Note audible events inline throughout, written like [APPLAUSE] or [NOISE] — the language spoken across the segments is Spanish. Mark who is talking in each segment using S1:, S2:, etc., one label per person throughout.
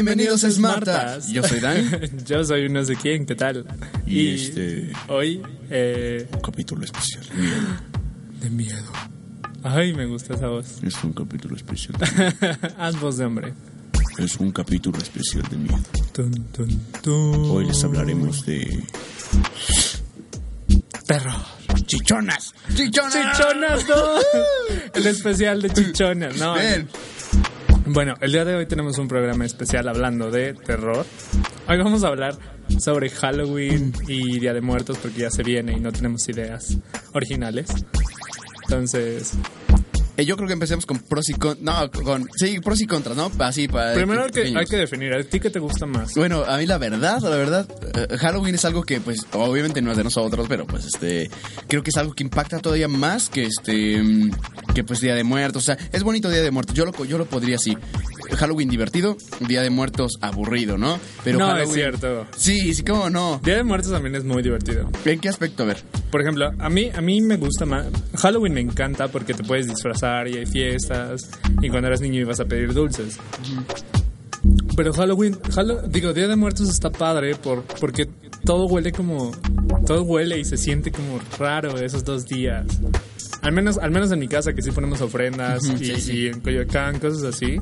S1: Bienvenidos a Smartas. [LAUGHS]
S2: Yo soy [LAUGHS] Dan.
S1: Yo soy un no sé quién, ¿qué tal?
S2: Y este-
S1: hoy eh,
S2: Un capítulo especial.
S1: de miedo. Ay, me gusta esa voz. [LAUGHS]
S2: Es un capítulo especial.
S1: Haz voz de hombre.
S2: [LAUGHS] Es un capítulo especial de miedo.
S1: Tun, tun, tun.
S2: Hoy les hablaremos de
S1: Perro.
S2: chichonas. Chichonas.
S1: Chichonas, no.
S2: [LAUGHS]
S1: El especial de chichonas, no.
S2: Ven.
S1: Bueno, el día de hoy tenemos un programa especial hablando de terror. Hoy vamos a hablar sobre Halloween y Día de Muertos porque ya se viene y no tenemos ideas originales. Entonces,
S3: Eh, yo creo que empecemos con pros y contras. No, con. Sí, pros y contras, ¿no? Así para.
S1: primero que
S3: pequeños.
S1: hay que definir, ¿a ti qué te gusta más?
S3: Bueno, a mí la verdad, la verdad, eh, Halloween es algo que, pues, obviamente no es de nosotros, pero pues, este, creo que es algo que impacta todavía más que, este, mm, que pues Día de Muertos. O sea, es bonito Día de Muertos, yo lo, co- yo lo podría así. Halloween divertido, Día de Muertos aburrido, ¿no? Pero
S1: no,
S3: Halloween-
S1: es cierto.
S3: Sí, sí, cómo no.
S1: Día de Muertos también es muy divertido.
S3: ¿En qué aspecto? A ver.
S1: Por ejemplo, a mí, a mí me gusta más. Halloween me encanta porque te puedes disfrazar y hay fiestas. Y cuando eras niño ibas a pedir dulces. Pero Halloween, Hallo- digo, Día de Muertos está padre por, porque todo huele como. Todo huele y se siente como raro esos dos días. Al menos, al menos en mi casa, que sí ponemos ofrendas y,
S3: sí, sí.
S1: y en Coyoacán, cosas así.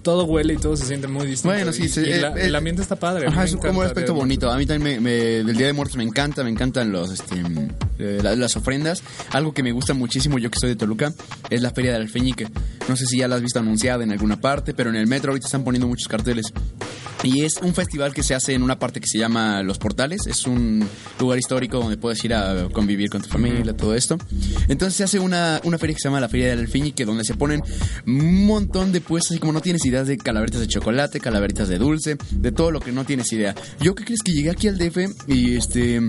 S1: Todo huele y todo se siente muy distinto.
S3: Bueno, sí,
S1: y-
S3: se-
S1: y
S3: eh,
S1: la-
S3: eh,
S1: el ambiente está padre. a mí
S3: Ajá,
S1: me
S3: es
S1: encanta
S3: como un aspecto
S1: Día de
S3: bonito. A mí también me, me- del Día de Muertos me encanta, me encantan los, este, mm, eh, la- las ofrendas. Algo que me gusta muchísimo, yo que soy de Toluca, es la Feria del Alfeñique. No sé si ya la has visto anunciada en alguna parte, pero en el metro ahorita están poniendo muchos carteles. Y es un festival que se hace en una parte que se llama Los Portales. Es un lugar histórico donde puedes ir a convivir con tu familia, todo esto. Entonces se hace una, una feria que se llama la Feria del Alfeñique, donde se ponen un montón de puestos, así como no tienes ideas de calaveritas de chocolate, calaveritas de dulce, de todo lo que no tienes idea. Yo qué crees que llegué aquí al DF y este... eh,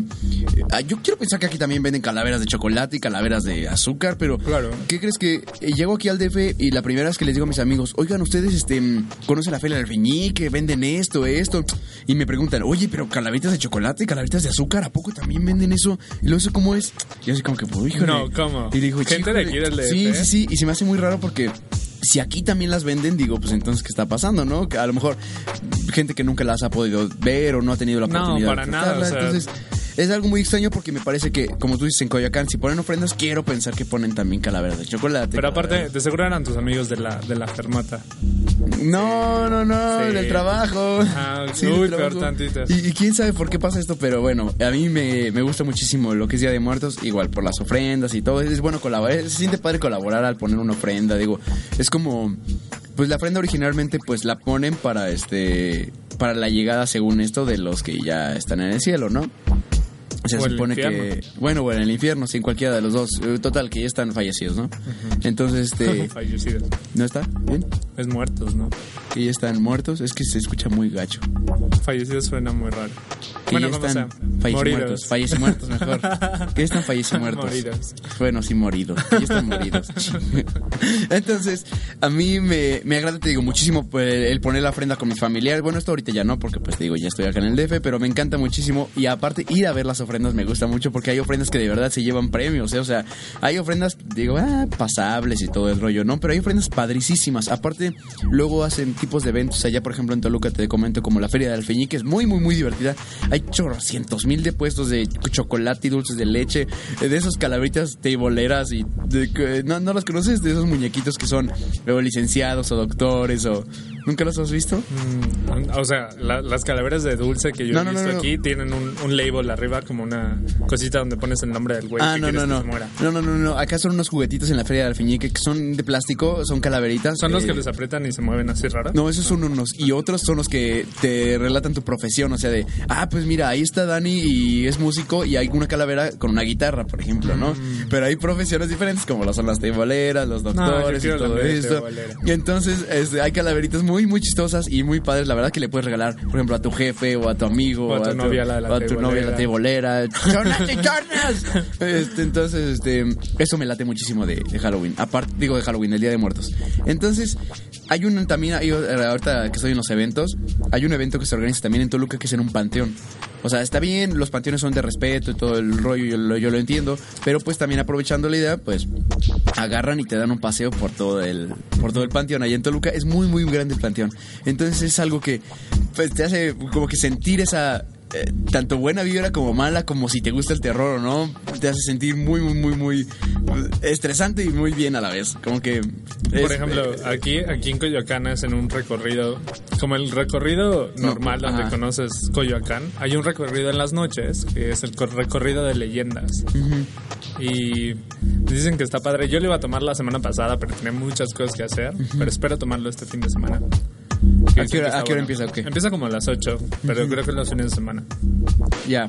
S3: ah, Yo quiero pensar que aquí también venden calaveras de chocolate y calaveras de azúcar, pero...
S1: Claro.
S3: ¿Qué crees que eh, llego aquí al DF y la primera vez que les digo a mis amigos, oigan, ustedes este, mm, conocen la Feria del Alfeñique, venden esto, esto? Y me preguntan, oye, pero calaveritas de chocolate, calaveritas de azúcar, ¿a poco también venden eso? Y luego sé cómo es. Y yo así como que, pues, híjole.
S1: No, ¿cómo?
S3: Y digo,
S1: Gente de aquí del DF,
S3: Sí,
S1: ¿eh?
S3: sí, sí. Y se me hace muy raro porque si aquí también las venden, digo, pues entonces, ¿qué está pasando, no? Que a lo mejor gente que nunca las ha podido ver o no ha tenido la
S1: No,
S3: oportunidad
S1: para
S3: de
S1: nada, o
S3: disfrutarla.
S1: sea-
S3: Entonces, es algo muy extraño porque me parece que, como tú dices, en Coyoacán, si ponen ofrendas, quiero pensar que ponen también calaveras de chocolate.
S1: Pero aparte,
S3: calaveras-
S1: de seguro eran tus amigos de la, de la fermata.
S3: No, no, no,
S1: Sí.
S3: del trabajo. [LAUGHS]
S1: Ah,
S3: del
S1: uy, peor tantito.
S3: Y, y quién sabe por qué pasa esto, pero bueno, a mí me, me gusta muchísimo lo que es Día de Muertos, igual por las ofrendas y todo. Es bueno colaborar, se siente padre colaborar al poner una ofrenda, digo, es como, pues la ofrenda originalmente pues la ponen para este, para la llegada según esto de los que ya están en el cielo, ¿no? Se
S1: O el
S3: supone que,
S1: infierno.
S3: bueno, bueno, en el infierno, sin cualquiera de los dos, Eh, total, que ya están fallecidos, ¿no?
S1: [LAUGHS]
S3: Entonces, este,
S1: Fallecidos.
S3: ¿no está? ¿Bien?
S1: Es muertos, ¿no?
S3: que ya están muertos, es que se escucha muy gacho.
S1: Fallecidos suena muy raro.
S3: Que
S1: bueno,
S3: ya
S1: como sea.
S3: están fallecimuertos.
S1: [LAUGHS]
S3: Fallecimuertos mejor. que ya están fallecimuertos.
S1: Moridos.
S3: Bueno, sí, moridos. Que ya están moridos.
S1: [LAUGHS]
S3: Entonces, a mí me, me agrada, te digo, muchísimo pues, el poner la ofrenda con mis familiares. Bueno, esto ahorita ya no, porque pues te digo, ya estoy acá en el DF, pero me encanta muchísimo. Y aparte, ir a ver las ofrendas me gusta mucho porque hay ofrendas que de verdad se llevan premios. ¿eh? O sea, hay ofrendas, digo, ah, pasables y todo el rollo, ¿no? Pero hay ofrendas padricísimas. Aparte, luego hacen tipos de eventos. Allá, por ejemplo, en Toluca te comento como la Feria de Alfeñique es muy, muy, muy divertida. Hay chorrocientos mil de puestos de chocolate y dulces de leche, eh, de esas calabritas teiboleras y de que- no, no las conoces, de esos muñequitos que son luego licenciados o doctores o... ¿Nunca los has visto?
S1: Mm, o sea, la- las calaveras de dulce que yo
S3: No,
S1: he
S3: no,
S1: visto
S3: no, no.
S1: aquí tienen un, un label arriba, como una cosita donde pones el nombre del güey
S3: Ah,
S1: que
S3: no,
S1: quieres
S3: no,
S1: que
S3: no.
S1: se muera.
S3: No, no, no, no. Acá son unos juguetitos en la Feria de Alfeñique que son de plástico, son calaveritas.
S1: ¿Son los
S3: eh,
S1: que los aprietan y se mueven así raro?
S3: No, esos son
S1: pues,
S3: unos. Y otros son los que te relatan tu profesión. O sea, de, ah, pues mira, ahí está Dani y es músico y hay una calavera con una guitarra, por ejemplo, ¿no? Pero hay profesiones diferentes, como lo son las teiboleras, los doctores
S1: Mm. yo quiero
S3: y
S1: la
S3: todo
S1: de
S3: esto.
S1: teibolera.
S3: Y entonces este, hay calaveritas muy, muy chistosas y muy padres. La verdad que le puedes regalar, por ejemplo, a tu jefe o a tu amigo
S1: O a tu novia, la de la
S3: o a tu novia,
S1: teibolera.
S3: la teibolera, era chichonas, chichonas. Este, entonces, este, eso me late muchísimo de, de Halloween. Aparte, digo de Halloween, del Día de Muertos. Entonces, hay un también, hay- eh, ahorita que estoy en los eventos, hay un evento que se organiza también en Toluca que es en un panteón. O sea, está bien, los panteones son de respeto y todo el rollo, yo lo, yo lo entiendo, pero pues también aprovechando la idea, pues agarran y te dan un paseo por todo el por todo el panteón allá en Toluca, es muy muy grande el panteón. Entonces es algo que pues te hace como que sentir esa eh, tanto buena vibra como mala, como si te gusta el terror o no, te hace sentir muy, muy, muy, muy estresante y muy bien a la vez. Como que. Este, eh,
S1: Por ejemplo, aquí, aquí en Coyoacán hacen un recorrido, como el recorrido normal donde
S3: ajá.
S1: conoces Coyoacán, hay un recorrido en las noches, que es el cor- recorrido de leyendas. Y dicen que está padre. Yo lo iba a tomar la semana pasada, pero tenía muchas cosas que hacer, pero espero tomarlo este fin de semana.
S3: ¿A qué hora- a qué hora empieza, o qué?
S1: Empieza como a las 8, pero creo que los fines de semana.
S3: Ya.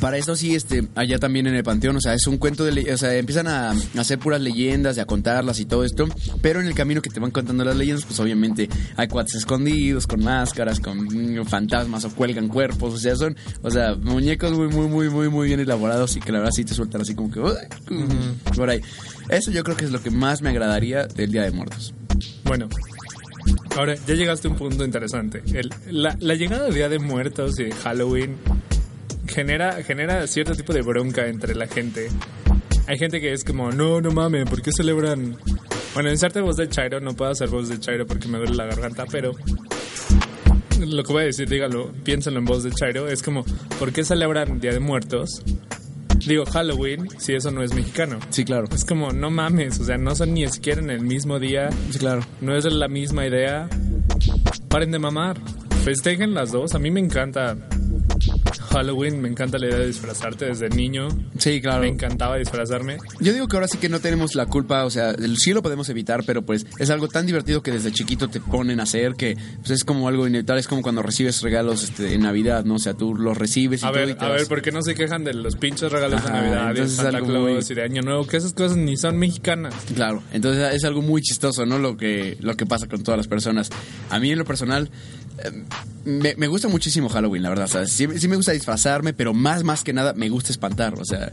S3: Para eso sí, este, allá también en el panteón, o sea, es un cuento de, le- o sea, empiezan a, a hacer puras leyendas y a contarlas y todo esto, pero en el camino que te van contando las leyendas, pues obviamente hay cuates escondidos, con máscaras, con mm, fantasmas o cuelgan cuerpos, o sea, son, o sea, muñecos muy, muy, muy, muy, muy bien elaborados y que la verdad sí te sueltan así como que, "Uy", por ahí. Eso yo creo que es lo que más me agradaría del Día de Muertos.
S1: Bueno, ahora ya llegaste a un punto interesante. El- la, la llegada de Día de Muertos y de Halloween genera, genera cierto tipo de bronca entre la gente. Hay gente que es como, no, no mames, ¿por qué celebran? Bueno, inserte voz de Chairo, no puedo hacer voz de Chairo porque me duele la garganta, pero lo que voy a decir, dígalo, piénsenlo en voz de Chairo, es como, ¿por qué celebran Día de Muertos? Digo, Halloween, si eso no es mexicano.
S3: Sí, claro.
S1: Es como, no mames, o sea, no son ni siquiera en el mismo día.
S3: Sí, claro.
S1: No es la misma idea. Paren de mamar. Festejen las dos. A mí me encanta Halloween, me encanta la idea de disfrazarte desde niño.
S3: Sí, claro.
S1: Me encantaba disfrazarme.
S3: Yo digo que ahora sí que no tenemos la culpa, o sea, el- sí lo podemos evitar, pero pues es algo tan divertido que desde chiquito te ponen a hacer que pues, es como algo inevitable, es como cuando recibes regalos este, en Navidad, ¿no? O sea, tú los recibes y
S1: A
S3: todo y
S1: ver,
S3: te
S1: a
S3: vas-
S1: ver, ¿por qué no se quejan de los pinches regalos
S3: Ajá,
S1: de Navidad y de
S3: entonces es
S1: Santa
S3: algo muy-
S1: Claus y de Año Nuevo? Que esas cosas ni son mexicanas.
S3: Claro, entonces es algo muy chistoso, ¿no? Lo que, lo que pasa con todas las personas. A mí en lo personal, eh, me, me gusta muchísimo Halloween, la verdad. o sea, sí, sí me gusta disfrazarme, pero más, más que nada me gusta espantar. O sea,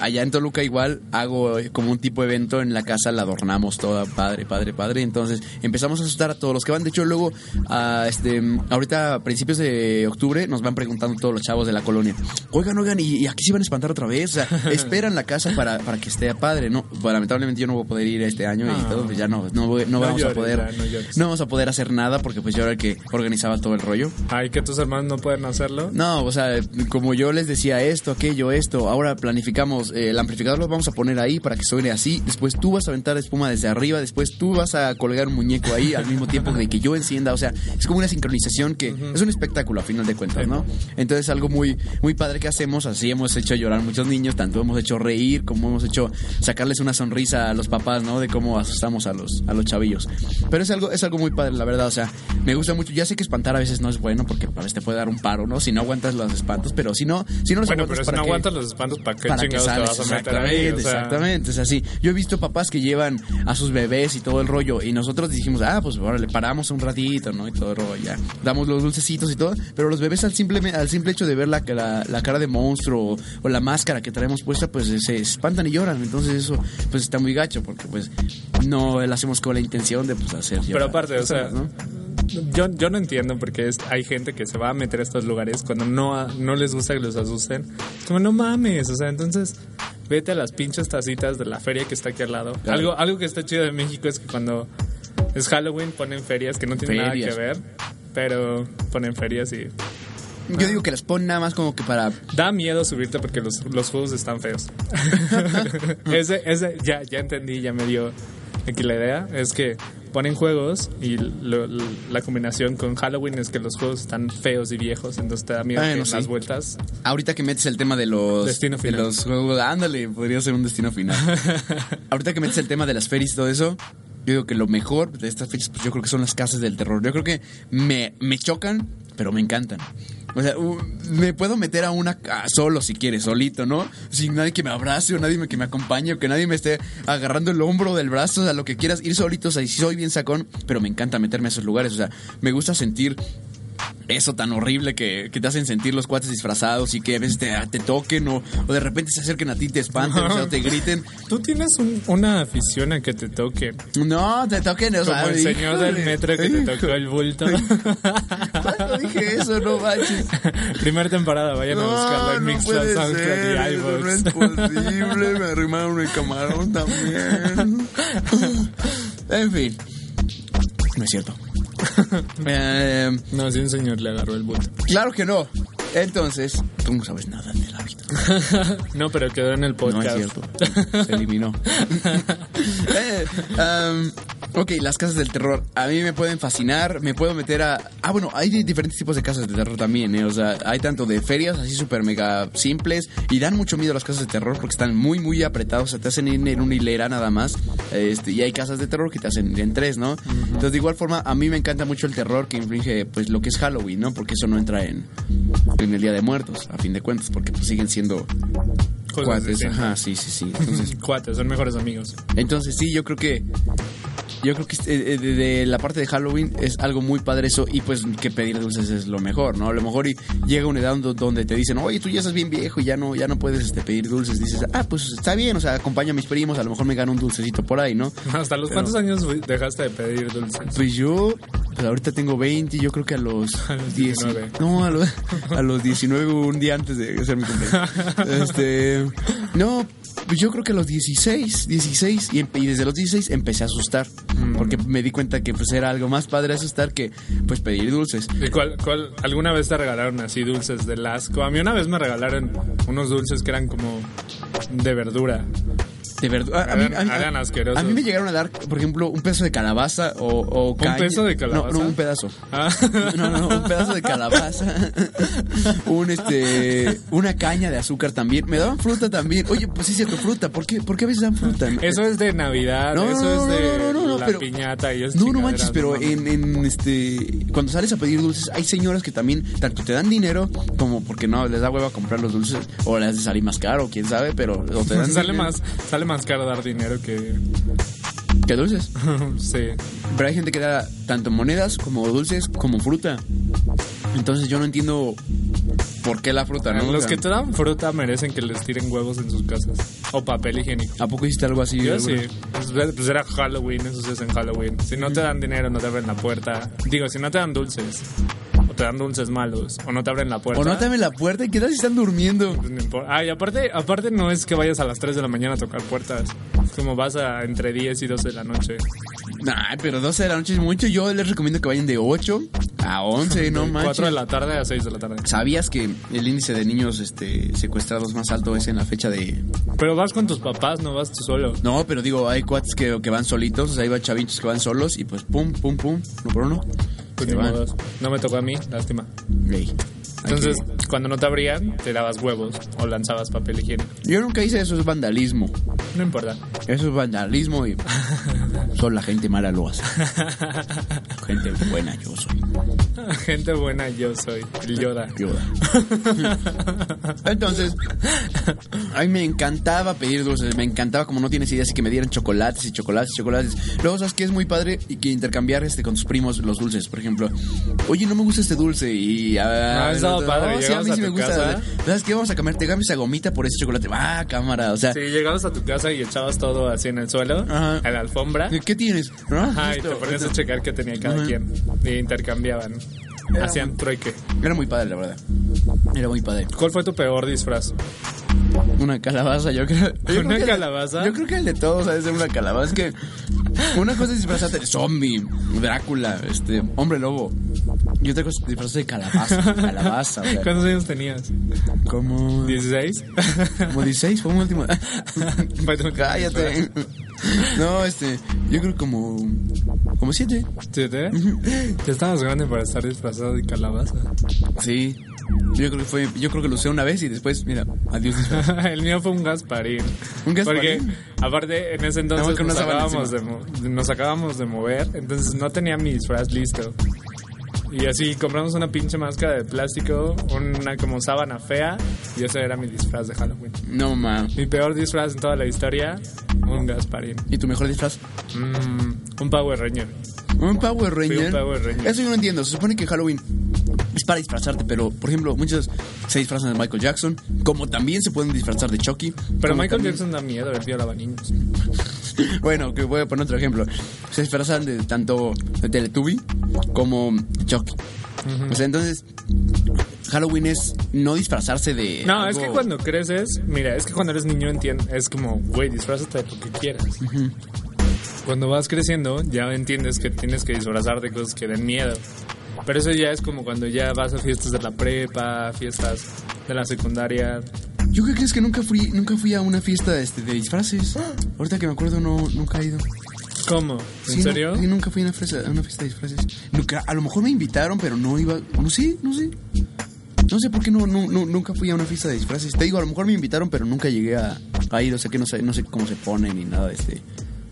S3: allá en Toluca igual hago eh, como un tipo de evento en la casa, la adornamos toda, padre, padre, padre. Entonces empezamos a asustar a todos los que van. De hecho, luego, ah, este, ahorita a principios de octubre nos van preguntando todos los chavos de la colonia, oigan, oigan, ¿y, y aquí se van a espantar otra vez? O sea, esperan la casa para, para que esté padre, ¿no? Bueno, lamentablemente yo no voy a poder ir este año y
S1: Ah.
S3: todo, pues ya no, no, voy- no
S1: No
S3: vamos a
S1: llores,
S3: poder,
S1: ya, no llores.
S3: no vamos a poder hacer nada porque pues yo era el que organizaba todo el rollo.
S1: Ay, que tus hermanos no pueden hacerlo.
S3: No, o sea, como yo les decía esto, aquello, esto, ahora planificamos, eh, el amplificador lo vamos a poner ahí para que suene así, después tú vas a aventar espuma desde arriba, después tú vas a colgar un muñeco ahí al mismo tiempo de que yo encienda, o sea, es como una sincronización que es un espectáculo a final de cuentas, ¿no? Entonces algo muy, muy padre que hacemos, así hemos hecho llorar muchos niños, tanto hemos hecho reír como hemos hecho sacarles una sonrisa a los papás, ¿no? De cómo asustamos a los, a los chavillos. Pero es algo, es algo muy padre, la verdad, o sea, me gusta mucho, ya sé que espantar a veces no es bueno porque a veces te puede dar un paro, ¿no? Si no aguantas los espantos, pero si no, si no los
S1: Bueno,
S3: aguantas
S1: pero si
S3: ¿para
S1: no
S3: qué?
S1: aguantas los espantos, ¿para qué
S3: para que
S1: chingados te
S3: sales,
S1: vas a meter
S3: exactamente,
S1: ahí? O sea,
S3: exactamente, es así. Yo he visto papás que llevan a sus bebés y todo el rollo y nosotros dijimos, ah, pues ahora le paramos un ratito, ¿no? Y todo el rollo, ya. Damos los dulcecitos y todo, pero los bebés al simple, al simple hecho de ver la, la, la cara de monstruo o, o la máscara que traemos puesta, pues se espantan y lloran. Entonces eso, pues está muy gacho porque pues no lo hacemos con la intención de pues hacer llorar
S1: Pero
S3: a
S1: aparte,
S3: las
S1: o sea,
S3: personas, ¿no?
S1: yo, yo no entiendo porque es, hay gente que se va a meter a estos lugares cuando no, a- no les gusta que los asusten. Es Como no mames, o sea, entonces vete a las pinches tacitas de la feria que está aquí al lado.
S3: Claro.
S1: Algo, algo que está chido de México es que cuando es Halloween ponen ferias que no tienen
S3: Ferias.
S1: nada que ver, pero ponen ferias y
S3: Yo digo que las ponen nada más como que para
S1: da miedo subirte porque los, los juegos están feos. [LAUGHS] ese, ese, ya, ya entendí, ya me dio aquí la idea. Es que ponen juegos y lo- lo- la combinación con Halloween es que los juegos están feos y viejos, entonces te da miedo
S3: Bueno,
S1: que en
S3: sí.
S1: las vueltas.
S3: Ahorita que metes el tema de los,
S1: Destino
S3: de
S1: final.
S3: los juegos, ándale, podría ser un destino
S1: [LAUGHS]
S3: final. Ahorita que metes el tema de las ferias y todo eso, yo digo que lo mejor de estas fechas, pues yo creo que son las casas del terror. Yo creo que me, me chocan, pero me encantan. O sea, u- me puedo meter a una ca- solo si quieres, solito, ¿no? Sin nadie que me abrace o nadie me- que me acompañe o que nadie me esté agarrando el hombro del brazo, o sea, lo que quieras, ir solito, o sea, y sí soy bien sacón, pero me encanta meterme a esos lugares, o sea, me gusta sentir eso tan horrible que, que te hacen sentir los cuates disfrazados y que a veces te, te toquen o, o de repente se acerquen a ti, te espanten, o sea, te griten.
S1: Tú tienes un- una afición a que te toque.
S3: No, te toquen, o sea,
S1: Como el señor
S3: híjole.
S1: del metro que te tocó el bulto.
S3: ¿Cuándo dije eso? No manches.
S1: [LAUGHS] Primer temporada, vayan a buscarla
S3: No,
S1: en
S3: no
S1: Mixcloud,
S3: puede
S1: SoundCloud
S3: ser,
S1: y
S3: eso no es
S1: iVoox.
S3: posible, me arrimaron el camarón también. en fin, no
S1: [LAUGHS]
S3: es cierto. Eh,
S1: [LAUGHS] No, sí, un señor le agarró el bulto.
S3: claro que no. Entonces, tú no sabes nada de la vida.
S1: [LAUGHS] No, pero quedó en el
S3: No es
S1: podcast.
S3: cierto. Se eliminó. [LAUGHS] Eh, um, ok, las casas del terror. A mí me pueden fascinar, me puedo meter a... Ah, bueno, hay de diferentes tipos de casas de terror también, ¿eh? O sea, hay tanto de ferias así súper mega simples y dan mucho miedo las casas de terror porque están muy, muy apretados. O sea, te hacen ir en una hilera nada más. Este, y hay casas de terror que te hacen ir en tres, ¿no? Entonces, de igual forma, a mí me encanta mucho el terror que infringe, pues, lo que es Halloween, ¿no? Porque eso no entra en, en el Día de Muertos, a fin de cuentas, porque pues, siguen siendo
S1: [LAUGHS] Cosas
S3: cuates,
S1: distintas.
S3: ajá, sí, sí, sí. Entonces, [LAUGHS]
S1: Cuates, son mejores amigos.
S3: entonces, sí, yo creo que yo creo que eh, eh, de, de la parte de Halloween es algo muy padre eso y pues que pedir dulces es lo mejor, ¿no? A lo mejor y llega una edad do- donde te dicen, "Oye, tú ya estás bien viejo y ya no ya no puedes este, pedir dulces." Dices, "Ah, pues está bien, o sea, acompaño a mis primos, a lo mejor me gano un dulcecito por ahí, ¿no?"
S1: ¿Hasta los
S3: Pero-
S1: cuántos años fui- dejaste de pedir dulces?
S3: Pues yo pues, ahorita tengo 20, yo creo que a los,
S1: [LAUGHS] A los
S3: 19.
S1: 19.
S3: No, a los, [LAUGHS] a los 19, un día antes de hacer mi
S1: [LAUGHS]
S3: cumpleaños. Este, no, pues yo creo que a los 16, 16, y, empe- y desde los 16 empecé a asustar.
S1: Mm.
S3: Porque me di cuenta que pues era algo más padre asustar que pues pedir dulces.
S1: ¿Y cuál, cuál- ¿Alguna vez te regalaron así dulces del asco? A mí una vez me regalaron unos dulces que eran como de verdura.
S3: De verdad.
S1: Eran- eran asquerosos.
S3: a mí me llegaron a dar, por ejemplo, un pedazo de calabaza o, o caña-
S1: peso de calabaza?
S3: No, no, un pedazo.
S1: Ah.
S3: No, no, un pedazo
S1: [LAUGHS]
S3: de calabaza. un este una caña de azúcar también. Me daban fruta también. Oye, pues sí es cierto, fruta. ¿Por qué, ¿Por qué a veces dan fruta?
S1: Eso es de Navidad,
S3: No,
S1: eso
S3: no,
S1: es de
S3: no, no, no, no,
S1: la
S3: pero-
S1: piñata y esas
S3: No, no
S1: chingaderas,
S3: manches, pero
S1: mames.
S3: en, en, este cuando sales a pedir dulces, hay señoras que también tanto te dan dinero como porque no les da hueva comprar los dulces o les hace salir más caro, quién sabe, pero o te dan
S1: [LAUGHS] sale
S3: dinero.
S1: más sale más caro dar dinero que [LAUGHS]
S3: que dulces.
S1: sí.
S3: Pero hay gente que da tanto monedas como dulces como fruta. Entonces yo no entiendo por qué la fruta, ¿no? O
S1: Los
S3: sea,
S1: que te dan fruta merecen que les tiren huevos en sus casas o papel higiénico.
S3: ¿A poco hiciste algo así?
S1: Yo sí,
S3: alguna-
S1: pues, ve- pues era Halloween, eso se hace en Halloween. Si no te dan dinero, no te abren la puerta. Digo, si no te dan dulces, o te dan dulces malos, o no te abren la puerta.
S3: O no te abren la puerta y quedas si están durmiendo.
S1: pues no importa. Ay, aparte, aparte no es que vayas a las 3 de la mañana a tocar puertas. Es como vas a entre 10 y 12 de la noche.
S3: Ay, pero 12 de la noche es mucho. Yo les recomiendo que vayan de 8 a 11, no
S1: De
S3: manches.
S1: 4 de la tarde a 6 de la tarde.
S3: ¿Sabías que el índice de niños este, secuestrados más alto es en la fecha de...
S1: Pero vas con tus papás, no vas tú solo.
S3: No, pero digo, hay cuates que, que van solitos, o sea, hay chavitos que van solos y pues pum, pum, pum, uno por uno.
S1: Pues
S3: se
S1: ni
S3: van.
S1: modos. No me tocó a mí, lástima.
S3: Ey, hay
S1: Entonces,
S3: que-
S1: cuando no te abrían, te dabas huevos o lanzabas papel higiénico.
S3: Yo nunca hice eso, es vandalismo.
S1: No importa. [LAUGHS]
S3: Eso es vandalismo y [LAUGHS] solo la gente mala lo hace. Gente buena yo soy.
S1: [LAUGHS] Gente buena, yo soy. El Yoda. [LAUGHS]
S3: Yoda. Entonces, a mí me encantaba pedir dulces, me encantaba como no tienes idea, así que me dieran chocolates y chocolates y chocolates. Luego, ¿sabes qué es muy padre? Y que intercambiar este con tus primos los dulces, por ejemplo. Oye, no me gusta este dulce y... Ah,
S1: Ah, estaba
S3: no,
S1: padre,
S3: no, sí, a
S1: llegabas
S3: mí
S1: a
S3: sí me
S1: tu
S3: gusta.
S1: casa.
S3: ¿Sabes qué? Vamos a cambiar, te cambias esa gomita por ese chocolate. Va, cámara, o sea...
S1: Si llegabas a tu casa y echabas todo así en el suelo,
S3: Ajá.
S1: en la alfombra,
S3: ¿Qué tienes? ¿No?
S1: ajá, y
S3: Esto,
S1: te ponías
S3: esto.
S1: a checar qué tenía cada
S3: Ajá.
S1: quien. Y intercambiaban.
S3: Era
S1: Hacían trueque.
S3: Era muy padre, la verdad. Era muy padre.
S1: ¿Cuál fue tu peor disfraz?
S3: Una calabaza, yo [LAUGHS] creo. yo creo
S1: ¿Una
S3: que-
S1: calabaza?
S3: Yo creo que el de todos ha de ser una calabaza. Es que una cosa es disfrazarte de zombie, Drácula, este, hombre lobo. Y otra cosa es disfrazarte de [LAUGHS] calabaza. Calabaza, o sea,
S1: ¿Cuántos años tenías?
S3: como.
S1: ¿16?
S3: Como 16, fue un [LAUGHS] último.
S1: Fue tu-
S3: Cállate. No, este, yo creo como. Como 7.
S1: [LAUGHS] ¿Siete? Ya estabas grande para estar disfrazado de calabaza.
S3: Sí. Yo creo que fue. Yo creo que lo usé una vez y después, mira, adiós. disfraz.
S1: [LAUGHS]
S3: [LAUGHS]
S1: el mío fue un Gasparín.
S3: ¿Un
S1: Porque
S3: Gasparín?
S1: aparte en ese
S3: Nada más
S1: entonces
S3: con
S1: nos
S3: una sábana
S1: acabamos, de, mo- nos acabamos de mover, entonces no tenía mi disfraz listo. Y así compramos una pinche máscara de plástico, una como sábana fea, y ese era mi disfraz de Halloween.
S3: No, ma.
S1: Mi peor disfraz en toda la historia, un Gasparín.
S3: ¿Y tu mejor disfraz?
S1: Mm, un Power Ranger.
S3: Un Power
S1: Fui
S3: Ranger.
S1: un Power Ranger.
S3: Eso yo no entiendo. Se supone que Halloween es para disfrazarte, pero por ejemplo, muchos se disfrazan de Michael Jackson, como también se pueden disfrazar de Chucky.
S1: Pero
S3: como
S1: Michael
S3: también-
S1: Jackson da miedo, el tío niños
S3: Bueno, que voy a poner otro ejemplo. Se disfrazan de tanto de Teletubby como Chucky. O sea, entonces, Halloween es no disfrazarse de.
S1: No,
S3: eh, algo-
S1: es que cuando creces, mira, es que cuando eres niño entiendes, es como, güey, disfrázate de lo que quieras. Cuando vas creciendo, ya entiendes que tienes que disfrazarte de cosas que den miedo. Pero eso ya es como cuando ya vas a fiestas de la prepa, fiestas de la secundaria.
S3: ¿Yo qué crees que nunca fui, nunca fui a una fiesta este, de disfraces? Ahorita que me acuerdo, no, nunca he ido.
S1: ¿Cómo? ¿En
S3: Sí, no-
S1: serio?
S3: sí, nunca fui a una, fiesta, a una fiesta de disfraces. Nunca, a lo mejor me invitaron, pero no iba. No sé, no sé. No sé por qué no, no- no- nunca fui a una fiesta de disfraces. Te digo, a lo mejor me invitaron, pero nunca llegué a, a ir. O sea que no sé, no sé cómo se pone ni nada de este,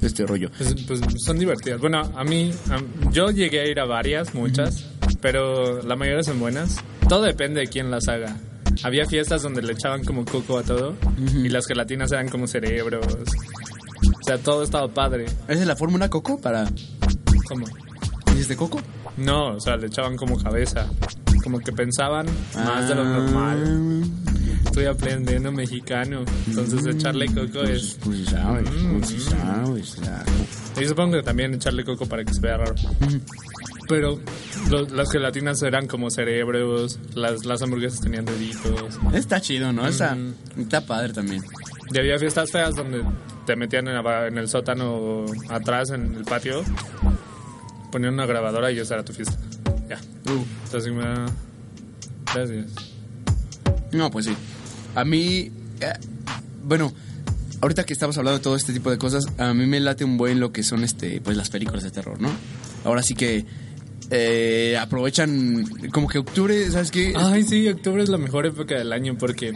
S3: de este rollo.
S1: Pues, pues, son divertidas. Bueno, a mí, a- yo llegué a ir a varias, muchas, pero la mayoría son buenas. Todo depende de quién las haga. Había fiestas donde le echaban como coco a todo y las gelatinas eran como cerebros. O sea, todo estaba padre.
S3: ¿Esa es la fórmula Coco para.
S1: ¿Cómo?
S3: ¿Dijiste Coco?
S1: No, o sea, le echaban como cabeza. Como que pensaban más
S3: Ah,
S1: de lo normal. Estoy aprendiendo mexicano, entonces echarle coco es... Mm.
S3: Pues sí sabes, pues sí sabes. ya.
S1: Y supongo que también echarle coco para que se vea raro. Pero lo- las gelatinas eran como cerebros, las, las hamburguesas tenían deditos.
S3: Está chido, ¿no? Está,
S1: Mm.
S3: está padre también.
S1: Y había fiestas feas donde te metían en, la ba- en el sótano atrás, en el patio, ponían una grabadora y esa era tu fiesta. Ya.
S3: Uh.
S1: Entonces, me da- Gracias.
S3: No, pues sí. A mí, eh, bueno, ahorita que estamos hablando de todo este tipo de cosas, a mí me late un buen lo que son este, pues las películas de terror, ¿no? Ahora sí que eh, aprovechan como que octubre, ¿sabes qué?
S1: Ay, sí, octubre es la mejor época del año porque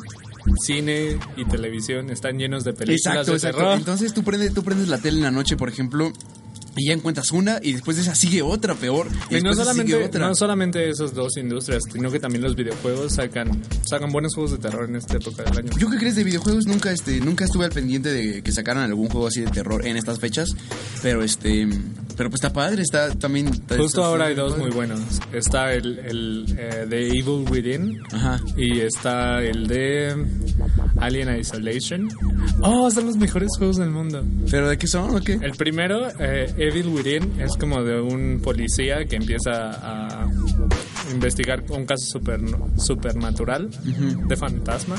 S1: cine y televisión están llenos de películas
S3: Exacto,
S1: de
S3: exacto.
S1: terror.
S3: Entonces tú prendes, tú prendes la tele en la noche, por ejemplo, y ya encuentras una y después de esa sigue otra peor y,
S1: Y no
S3: después de esa sigue
S1: solamente,
S3: otra.
S1: no solamente esas dos industrias, sino que también los videojuegos sacan, sacan buenos juegos de terror en esta época del año.
S3: Yo que crees de videojuegos nunca este nunca estuve al pendiente de que sacaran algún juego así de terror en estas fechas, pero este pero pues está padre, está también está-
S1: Justo
S3: está-
S1: ahora hay
S3: está
S1: dos
S3: padre.
S1: muy buenos. Está el, el eh, de Evil Within
S3: Ajá.
S1: y está el de Alien Isolation. Oh, son los mejores juegos del mundo.
S3: ¿Pero de qué son o qué?
S1: El primero, eh, Evil Within, es como de un policía que empieza a investigar un caso super, supernatural de fantasma.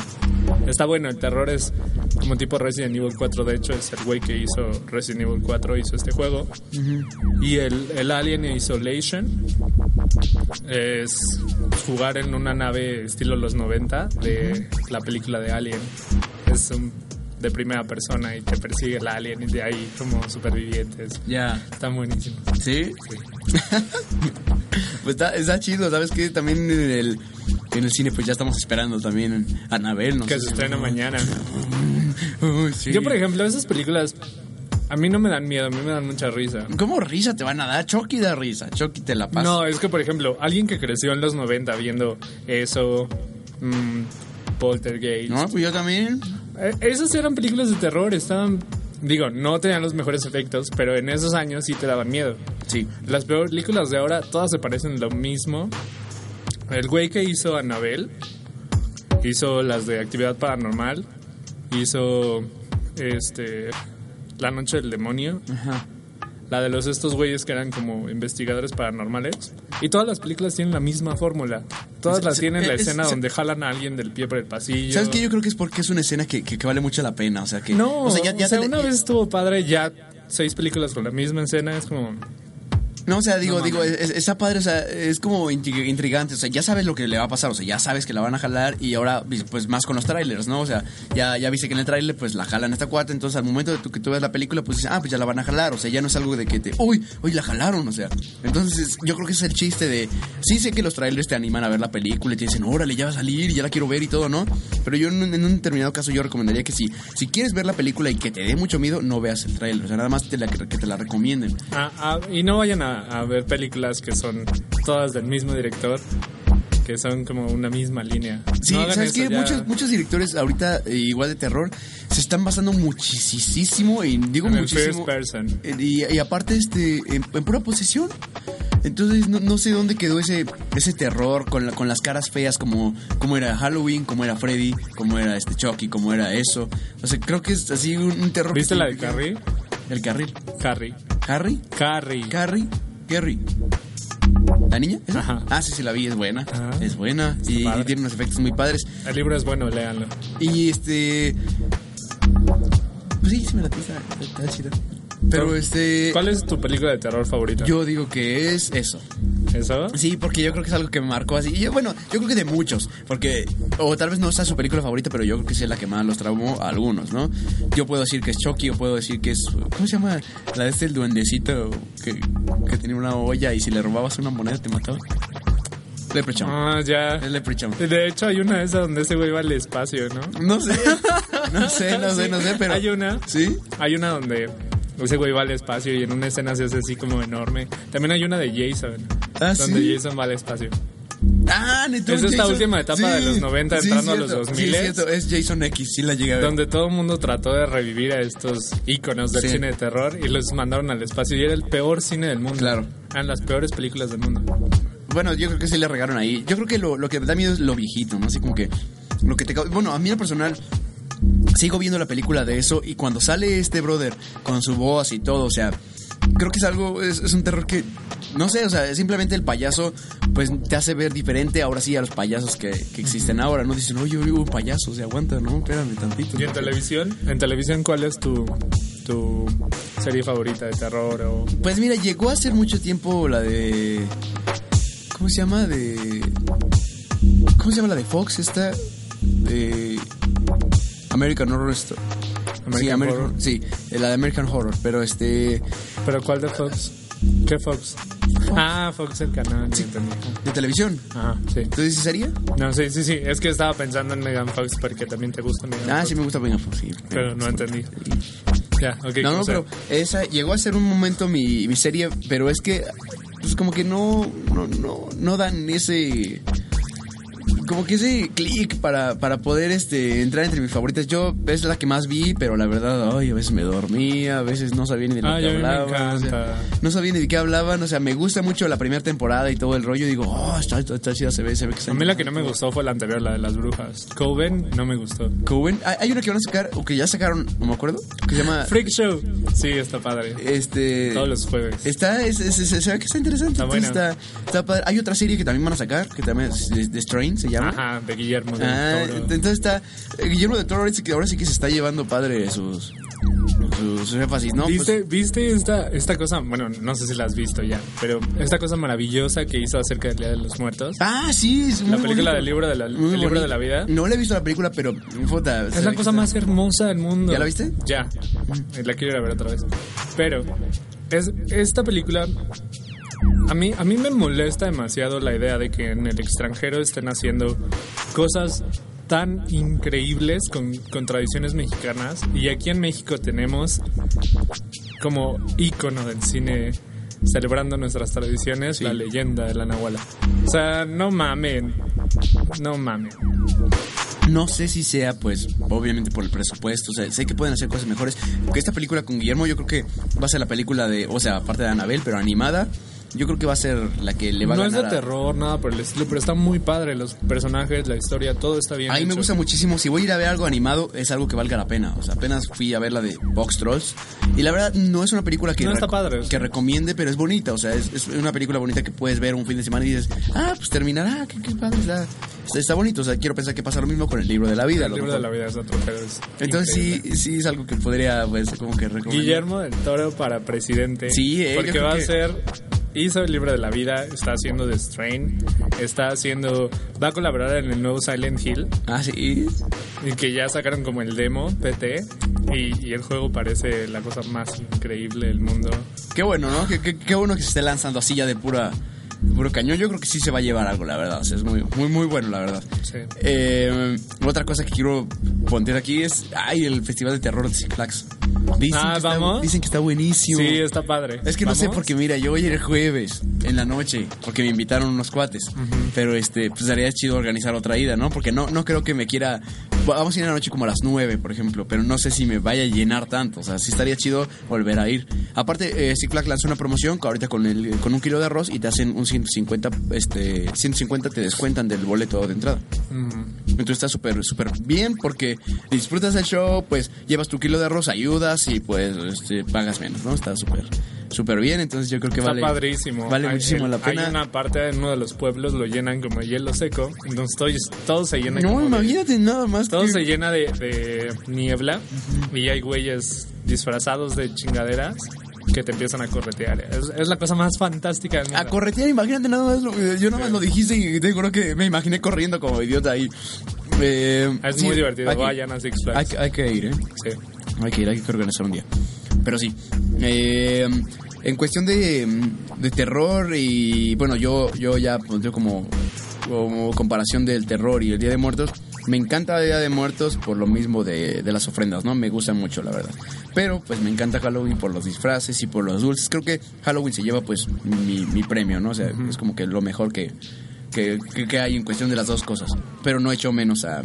S1: Está bueno, el terror es como tipo Resident Evil 4, de hecho es el güey que hizo Resident Evil 4, hizo este juego. Y el, el Alien Isolation es jugar en una nave estilo los 90 de la película de Alien. Es un- de primera persona y te persigue el alien y de ahí como supervivientes.
S3: Ya.
S1: Están buenísimos.
S3: ¿Sí? pues está, está chido, ¿sabes qué? También en el en el cine pues ya estamos esperando también a Anabel, no
S1: Que
S3: sé
S1: se
S3: si-
S1: estrena mañana.
S3: Uy, sí.
S1: Yo, por ejemplo, esas películas a mí no me dan miedo, a mí me dan mucha risa.
S3: ¿Cómo risa te van a dar? Chucky da risa, Chucky te la pasa.
S1: No, es que, por ejemplo, alguien que creció en los 90 viendo eso, mm, Poltergeist,
S3: No, pues yo también.
S1: Eh, Esas eran películas de terror, estaban... Digo, no tenían los mejores efectos, pero en esos años sí te daban miedo.
S3: Sí.
S1: Las peor- películas de ahora todas se parecen lo mismo. El güey que hizo Anabel hizo las de actividad paranormal, hizo este La noche del demonio,
S3: Ajá.
S1: la de los estos güeyes que eran como investigadores paranormales y todas las películas tienen la misma fórmula. Todas
S3: Es-
S1: las tienen la
S3: es-
S1: escena
S3: es-
S1: donde jalan a alguien del pie por el pasillo.
S3: ¿Sabes qué? Yo creo que es porque es una escena que, que- que vale mucho la pena. O sea, que.
S1: No,
S3: o sea, ya- ya te-
S1: una vez estuvo padre, ya seis películas con la misma escena, es como...
S3: No, o sea, digo,
S1: No
S3: digo, es- es- está padre, o sea, es como intrig- intrigante. O sea, ya sabes lo que le va a pasar, o sea, ya sabes que la van a jalar y ahora, pues más con los trailers, ¿no? O sea, ya, ya viste que en el trailer, pues la jalan a esta cuata. Entonces, al momento de tú, que tú ves la película, pues dices, ah, pues ya la van a jalar. O sea, ya no es algo de que te, uy, uy, la jalaron, o sea. Entonces, yo creo que es el chiste de. Sí, sé que los trailers te animan a ver la película y te dicen, órale, ya va a salir, ya la quiero ver y todo, ¿no? Pero yo en un, en un determinado caso, yo recomendaría que si, si quieres ver la película y que te dé mucho miedo, no veas el trailer. O sea, nada más te la- que te la recomienden.
S1: ah, ah, y no vayan a, a ver películas que son todas del mismo director, que son como una misma línea.
S3: Sí,
S1: No hagan
S3: ¿sabes
S1: eso,
S3: qué?
S1: ya.
S3: Muchos, muchos directores ahorita, eh, igual de terror, se están basando muchísimo, en, digo
S1: En el first
S3: muchísimo...
S1: person.
S3: en- Y, y aparte, este, en, en pura posesión. Entonces no, no sé dónde quedó ese, ese terror con, la- con las caras feas como, como era Halloween, como era Freddy, como era este Chucky, como era eso. O sea, creo que es así un, un terror. que
S1: ¿Viste
S3: te
S1: la de
S3: implica-
S1: Carrie?
S3: El carril.
S1: Carrie.
S3: ¿Harry?
S1: Carrie.
S3: Carrie, Carrie. ¿La niña? ¿Esa?
S1: Ajá.
S3: Ah, sí, sí, la vi, es buena.
S1: Ajá.
S3: Es buena. Y,
S1: padre.
S3: y tiene unos efectos muy padres.
S1: El libro es bueno, léanlo.
S3: Y este. Pues sí, sí me la pista. Está chida. Pero este.
S1: ¿Cuál es tu película de terror favorita?
S3: Yo digo que es eso.
S1: ¿Eso?
S3: Sí, porque yo creo que es algo que me marcó así. Y yo, bueno, yo creo que de muchos. Porque, o tal vez no sea su película favorita, pero yo creo que sí es la que más los traumó a algunos, ¿no? Yo puedo decir que es Chucky, o puedo decir que es. ¿Cómo se llama? La de este el duendecito que, que tenía una olla y si le robabas una moneda te mataba. Leprechaun.
S1: Ah, ya.
S3: Es Leprechaun.
S1: De hecho, hay una de esas donde ese güey va al espacio, ¿no?
S3: No sé. No sé, no
S1: [LAUGHS]
S3: sé, no sé, pero.
S1: Hay una.
S3: ¿Sí?
S1: Hay una donde ese güey va al espacio y en una escena se hace así como enorme. También hay una de Jason.
S3: Ah,
S1: donde
S3: ¿sí?
S1: Jason va al espacio.
S3: Ah, Nitro
S1: Es esta última etapa de los 90 entrando a los 2000.
S3: Sí, cierto. Es Jason X, sí la llegué a ver.
S1: Donde todo el mundo trató de revivir a estos íconos del
S3: Sí.
S1: cine de terror y los mandaron al espacio. Y era el peor cine del mundo.
S3: Claro.
S1: Eran las peores películas del mundo.
S3: Bueno, yo creo que sí le regaron ahí. Yo creo que lo, lo que me da miedo es lo viejito, ¿no? Así como que lo que te cau- bueno, a mí en lo personal sigo viendo la película de eso y cuando sale este brother con su voz y todo, o sea, creo que es algo es, es un terror que no sé, o sea, simplemente el payaso pues te hace ver diferente ahora sí a los payasos que, que existen ahora, no dicen, "Oye, oye, un payaso, se aguanta, no, espérame tantito."
S1: ¿Y en televisión? ¿En televisión cuál es tu, tu serie favorita de terror? O...
S3: Pues mira, llegó hace mucho tiempo la de. ¿Cómo se llama? De. ¿Cómo se llama la de Fox? Esta. De. American Horror Story. sí,
S1: American
S3: American-
S1: Horror.
S3: sí, eh, la de American Horror, pero este.
S1: ¿Pero cuál de Fox? ¿Qué Fox? Ah, Fox el canal. ya entendí.
S3: de televisión.
S1: Ajá, sí.
S3: ¿Tú dices sería?
S1: No, sí, sí, sí. Es que estaba pensando en Megan Fox porque también te gusta Megan
S3: Ah,
S1: Fox.
S3: sí, me gusta Megan Fox, sí.
S1: Pero no entendí. Ya, ok.
S3: No, no,
S1: o sea,
S3: pero esa llegó a ser un momento mi, mi serie, pero es que pues como que no no no no dan ese como que ese clic para, para poder este entrar entre mis favoritas. Yo es la que más vi, pero la verdad, ay, a veces me dormía, a veces no sabía ni de lo
S1: Ay, Ah,
S3: que
S1: a mí me
S3: hablaban. o sea,
S1: encanta.
S3: no sabía ni de qué hablaban, o sea, me gusta mucho la primera temporada y todo el rollo. Digo, oh, está, está, está chida, se ve, se ve que está
S1: A mí la que no me gustó fue la anterior, la de las brujas. Coven no me gustó.
S3: Coven. Hay hay una que van a sacar, o que ya sacaron, no me acuerdo, que se llama...
S1: Freak Show. Sí, está padre.
S3: Este...
S1: Todos los jueves.
S3: Está, es, es- es- se ve que está interesante.
S1: Está
S3: Entonces,
S1: buena.
S3: está, está padre. Hay otra serie que también van a sacar, que también es The, The Strain, se llama.
S1: Ajá, de Guillermo del
S3: Ah,
S1: Toro.
S3: entonces está eh, Guillermo de Toro ahora sí que- ahora sí que se está llevando padre sus sus, sus énfasis, ¿no? pues
S1: ¿Viste, ¿Viste esta, esta cosa? Bueno, no sé si la has visto ya, pero esta cosa maravillosa que hizo acerca del Día de los Muertos.
S3: Pues- ah, sí, es
S1: la
S3: muy
S1: película
S3: bonito.
S1: del libro de la,
S3: Muy
S1: el libro
S3: bonito.
S1: de la vida.
S3: No la he visto la película, pero puta, se
S1: Es la
S3: ve que
S1: cosa
S3: está-
S1: más hermosa del mundo.
S3: ¿Ya la viste?
S1: Ya. Eh, La quiero ir a ver otra vez. Pero es esta película a mí a mí me molesta demasiado la idea de que en el extranjero estén haciendo cosas tan increíbles con, con tradiciones mexicanas y aquí en México tenemos como ícono del cine celebrando nuestras tradiciones la leyenda de la Nahuala. O sea, no mamen. No mamen.
S3: No sé si sea, pues, obviamente por el presupuesto. O sea, sé que pueden hacer cosas mejores. Porque esta película con Guillermo, yo creo que va a ser la película de, o sea, aparte de Anabel, pero animada. Yo creo que va a ser la que le va
S1: no
S3: a
S1: es
S3: ganar.
S1: de
S3: a-
S1: terror, nada por el estilo, pero está muy padre. Los personajes, la historia, todo está bien.
S3: A mí me
S1: hecho.
S3: gusta muchísimo. Si voy a ir a ver algo animado, es algo que valga la pena. O sea, apenas fui a ver la de Box Trolls. Y la verdad, no es una película que,
S1: No está
S3: reco-
S1: padre.
S3: que recomiende, pero es bonita. O sea, es, es una película bonita que puedes ver un fin de semana y dices, ah, pues terminará. Qué, qué padre está. Está- está bonito. O sea, quiero pensar que pasa lo mismo con el libro de la vida. a
S1: El
S3: lo
S1: libro de
S3: mejor.
S1: la vida es otro, pero es
S3: Entonces
S1: increíble.
S3: sí, sí es algo que podría, pues, como que recomendar.
S1: Guillermo del Toro para presidente.
S3: Sí, eh, yo
S1: Porque
S3: creo
S1: va
S3: que-
S1: a ser. Hizo el libro de la vida, está haciendo The Strain, está haciendo. Va a colaborar en el nuevo Silent Hill,
S3: Ah, sí.
S1: y que ya sacaron como el demo, PT, y, y el juego parece la cosa más increíble del mundo.
S3: Qué bueno, ¿no? Qué, qué- qué bueno que se esté lanzando así ya de pura de puro cañón. Yo creo que sí se va a llevar algo, la verdad. O sea, es muy, muy, muy bueno, la verdad.
S1: Sí.
S3: Eh, otra cosa que quiero poner aquí es, ay, el Festival de Terror de Six Flags. Dicen,
S1: Ah,
S3: que, Está,
S1: ¿vamos?
S3: dicen que está buenísimo.
S1: Sí, está padre.
S3: Es que no sé
S1: ¿Vamos?
S3: porque mira, yo voy a ir el jueves en la noche porque me invitaron unos cuates, pero este pues sería chido organizar otra ida, ¿no? Porque no no creo que me quiera vamos a ir en la noche como a las 9, por ejemplo, pero no sé si me vaya a llenar tanto. O sea, sí estaría chido volver a ir. Aparte, eh, Six Flags lanzó una promoción que ahorita con, el, con un kilo de arroz y te hacen un 150, este, 150 te descuentan del boleto de entrada. Entonces está súper, súper bien porque disfrutas el show, pues llevas tu kilo de arroz, ayudas y pues este, pagas menos, ¿no? Está súper, súper bien. Entonces yo creo que
S1: Está
S3: vale,
S1: padrísimo.
S3: vale
S1: Hay-
S3: muchísimo la pena.
S1: Hay una parte en uno de los pueblos, lo llenan como hielo seco. Entonces todos, todos se llenan
S3: No,
S1: como de-
S3: imagínate nada más.
S1: Todo
S3: que-
S1: se llena de, de niebla y hay güeyes disfrazados de chingaderas que te empiezan a corretear. Es, es la cosa más fantástica del mundo.
S3: A corretear, imagínate nada más. lo- yo nada más lo dijiste y te juro que me imaginé corriendo como idiota ahí. Eh,
S1: es
S3: sí,
S1: muy divertido.
S3: hay que-
S1: Vayan a Six
S3: Hay,
S1: Flags.
S3: que- hay que ir, ¿eh?
S1: Sí.
S3: Hay que ir, hay que organizar un día. Pero sí. eh, en cuestión de, de terror y bueno, yo, yo ya planteo como, como comparación del terror y el Día de Muertos. Me encanta el Día de Muertos por lo mismo de, de las ofrendas, ¿no? Me gusta mucho, la verdad. Pero pues me encanta Halloween por los disfraces y por los dulces. Creo que Halloween se lleva pues mi, mi premio, ¿no? O sea, es como que lo mejor que, que, que- que hay en cuestión de las dos cosas. Pero no echo menos a,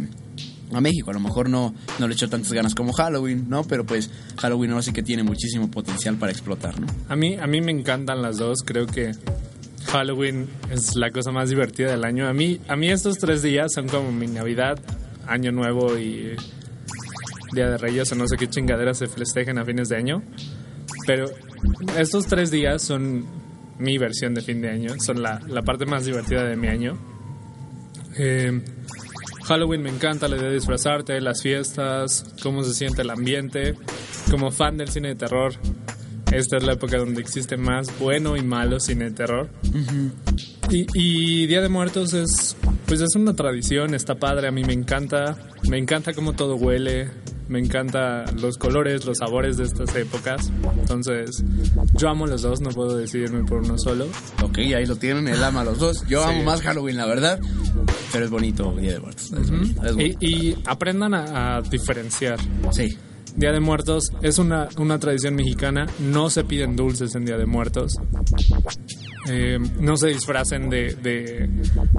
S3: a México. A lo mejor no, no le echo tantas ganas como Halloween, ¿no? Pero pues Halloween ahora sí que tiene muchísimo potencial para explotar, ¿no?
S1: A mí, a mí me encantan las dos. Creo que Halloween es la cosa más divertida del año. A mí, a mí estos tres días son como mi Navidad, Año Nuevo y Día de Reyes o no sé qué chingaderas se festejen a fines de año. Pero estos tres días son mi versión de fin de año. Son la, la parte más divertida de mi año. Eh, Halloween me encanta, la idea de disfrazarte, las fiestas, cómo se siente el ambiente. Como fan del cine de terror, esta es la época donde existe más bueno y malo cine de terror. Y, y Día de Muertos es, pues es una tradición, está padre, a mí me encanta, me encanta cómo todo huele, me encanta los colores, los sabores de estas épocas. Entonces, yo amo los dos, no puedo decidirme por uno solo.
S3: Ok, ahí lo tienen, él ama a los dos. Yo amo más Halloween, la verdad. Pero es bonito Día de Muertos. Es bonito, es
S1: Y,
S3: bonito.
S1: y aprendan a- a diferenciar.
S3: Sí.
S1: Día de Muertos es una, una tradición mexicana. No se piden dulces en Día de Muertos. Eh, no se disfracen de, de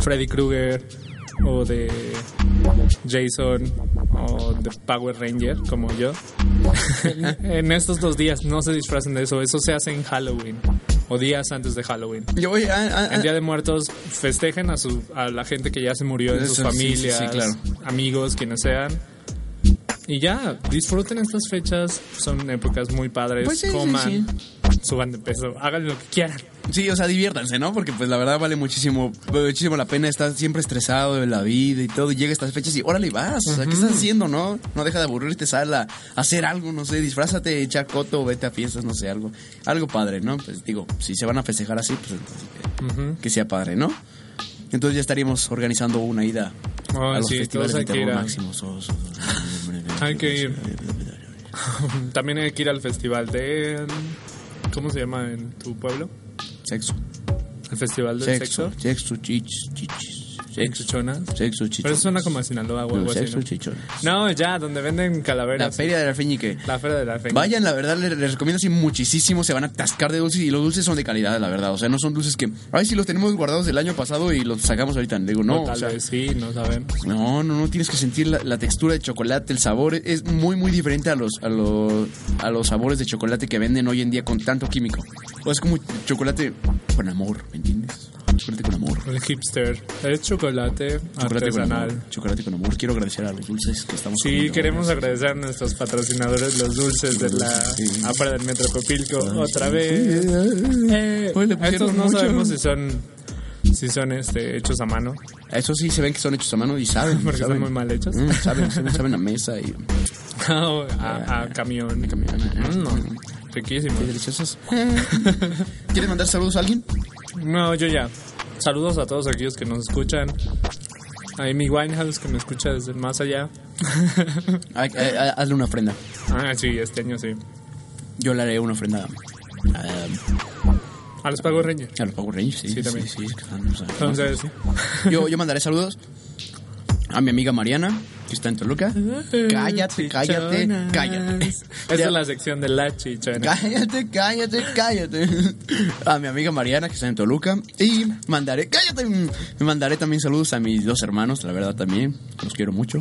S1: Freddy Krueger o de Jason o de Power Ranger como yo. en estos dos días no se disfracen de eso. Eso se hace en Halloween o días antes de Halloween.
S3: Yo voy a- a- a-
S1: En Día de Muertos festejen a, su, a la gente que ya se murió en sus
S3: Eso, sí, sí, sí,
S1: familias,
S3: claro.
S1: amigos, quienes sean. Y ya, disfruten estas fechas, son épocas muy padres,
S3: Pues sí, sí,
S1: coman, suban de peso, hagan lo que quieran.
S3: Sí, o sea, diviértanse, ¿no? Porque pues la verdad vale muchísimo, muchísimo la pena estar siempre estresado de la vida y todo. Y llega estas fechas y órale vas. O sea, ¿qué estás haciendo, no? No deja de aburrirte, sal a a hacer algo, no sé, disfrázate, echa coto, vete a fiestas, no sé, algo. Algo padre, ¿no? Pues digo, si se van a festejar así, pues entonces que,
S1: Ujú.
S3: que sea padre, ¿no? Entonces ya estaríamos organizando una ida
S1: Ah,
S3: a los
S1: sí, todos
S3: festivales de
S1: hay que ir
S3: terror
S1: a-
S3: máximos. o- o- [LAUGHS]
S1: Hay que ir. [LAUGHS] También hay que ir al festival de... ¿Cómo se llama en tu pueblo?
S3: Sexo.
S1: El festival del
S3: Sexo.
S1: sexo.
S3: Sexo, chichis, chichis.
S1: En
S3: Sexo,
S1: Chichonas.
S3: sexo,
S1: Pero eso
S3: chichis.
S1: suena como a Sinaloa o algo así,
S3: Sexo,
S1: ¿no?
S3: chichón.
S1: No, ya, donde venden
S3: La
S1: calaveras.
S3: feria de la Feñique.
S1: La feria de la feña.
S3: Vayan, la verdad, les, les recomiendo así muchísimo. Se van a atascar de dulces y los dulces son de calidad, la verdad. O sea, no son dulces que. Ay, sí, los tenemos guardados del año pasado y los sacamos ahorita. Digo, no.
S1: O
S3: o
S1: tal
S3: sea,
S1: vez sí, no sabemos.
S3: no, no, no. Tienes que sentir la, la textura de chocolate, el sabor. Es muy, muy diferente a los, a, los, a los sabores de chocolate que venden hoy en día con tanto químico. O es como chocolate con amor, ¿me entiendes? Chocolate con amor.
S1: El hipster. Es chocolate,
S3: Chocolate con
S1: artesanal.
S3: amor. Chocolate con amor. Quiero agradecer a los dulces que estamos
S1: Sí,
S3: comiendo.
S1: queremos agradecer a nuestros patrocinadores, los dulces de la
S3: Sí.
S1: APRA del Metro Copilco, otra vez. Eh,
S3: Pues le pusieron
S1: estos no
S3: mucho.
S1: sabemos si son, si son este, hechos a mano,
S3: Eso sí, se ven que son hechos a mano y saben.
S1: [LAUGHS] porque
S3: saben.
S1: están muy mal hechos. [LAUGHS]
S3: Mm, saben, saben, saben a mesa y
S1: O a, a camión.
S3: camión.
S1: Mm, no,
S3: Mm,
S1: riquísimo.
S3: Qué deliciosos. [LAUGHS] ¿Quieres mandar saludos a alguien?
S1: No, yo ya. Saludos a todos aquellos que nos escuchan. A Amy Winehouse, que me escucha desde más allá. [LAUGHS]
S3: A- a- a- eh, hazle una ofrenda.
S1: ah, sí, este año sí.
S3: Yo le haré una ofrenda a, eh,
S1: A los Pago Rangers.
S3: a los Power Rangers. Sí,
S1: Sí, también.
S3: sí, es que están, o sea,
S1: Entonces,
S3: yo, yo mandaré saludos a mi amiga Mariana, que está en Toluca. [LAUGHS] Cállate, cállate,
S1: Chichonas.
S3: cállate.
S1: Esta
S3: Ya.
S1: es la sección de la chichona.
S3: Cállate, cállate, cállate. A mi amiga Mariana, que está en Toluca. Y mandaré, cállate. Me mandaré también saludos a mis dos hermanos, la verdad también. Los quiero mucho.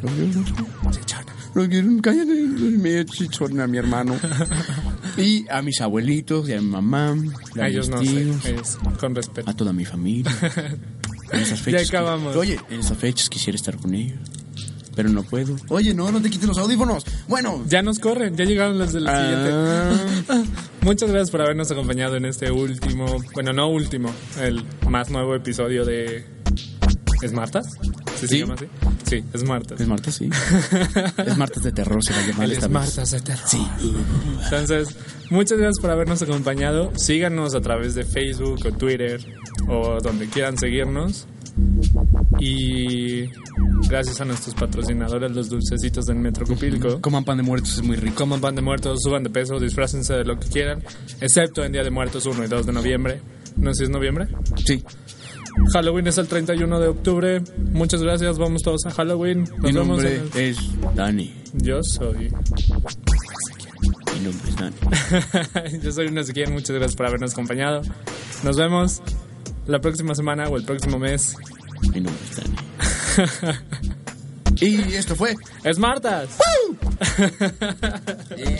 S3: Lo quiero, lo quiero, cállate, me chichona a mi hermano. Y a mis abuelitos, y a mi mamá, y a
S1: A ellos
S3: mis
S1: no sé.
S3: tíos,
S1: es- con respeto.
S3: a toda mi familia. En esas
S1: Ya
S3: fechas que-
S1: acabamos.
S3: oye, en esas fechas quisiera estar con ellos, pero no puedo. Oye, no, no te quites los audífonos. Bueno,
S1: Ya nos corren, ya llegaron los del
S3: Ah.
S1: siguiente. [LAUGHS] Muchas gracias por habernos acompañado en este último, bueno, no último, el más nuevo episodio de. ¿Es Martas? ¿Sí, se
S3: Sí.
S1: llama así? Sí, es Martas.
S3: [LAUGHS] es martes, sí. Es martes de terror, se va a llamar
S1: El
S3: esta
S1: es
S3: vez.
S1: Martas de terror.
S3: Sí.
S1: Entonces, muchas gracias por habernos acompañado. Síganos a través de Facebook o Twitter o donde quieran seguirnos. Y gracias a nuestros patrocinadores, los dulcecitos del Metro Copilco.
S3: Coman pan de muertos, es muy rico.
S1: Coman pan de muertos, suban de peso, disfrácense de lo que quieran, excepto en Día de Muertos 1 y 2 de noviembre. No sé si es noviembre.
S3: Sí.
S1: Halloween es el 31 de octubre. Muchas gracias, vamos todos a Halloween. Nos
S3: Mi
S1: vemos
S3: nombre
S1: en el-
S3: es Dani.
S1: Yo soy.
S3: Mi nombre es Dani.
S1: [LAUGHS] Yo soy un Ezequiel, muchas gracias por habernos acompañado. Nos vemos la próxima semana o el próximo mes.
S3: Mi nombre es Dani. Y esto fue.
S1: ¡Es Martas!
S3: Y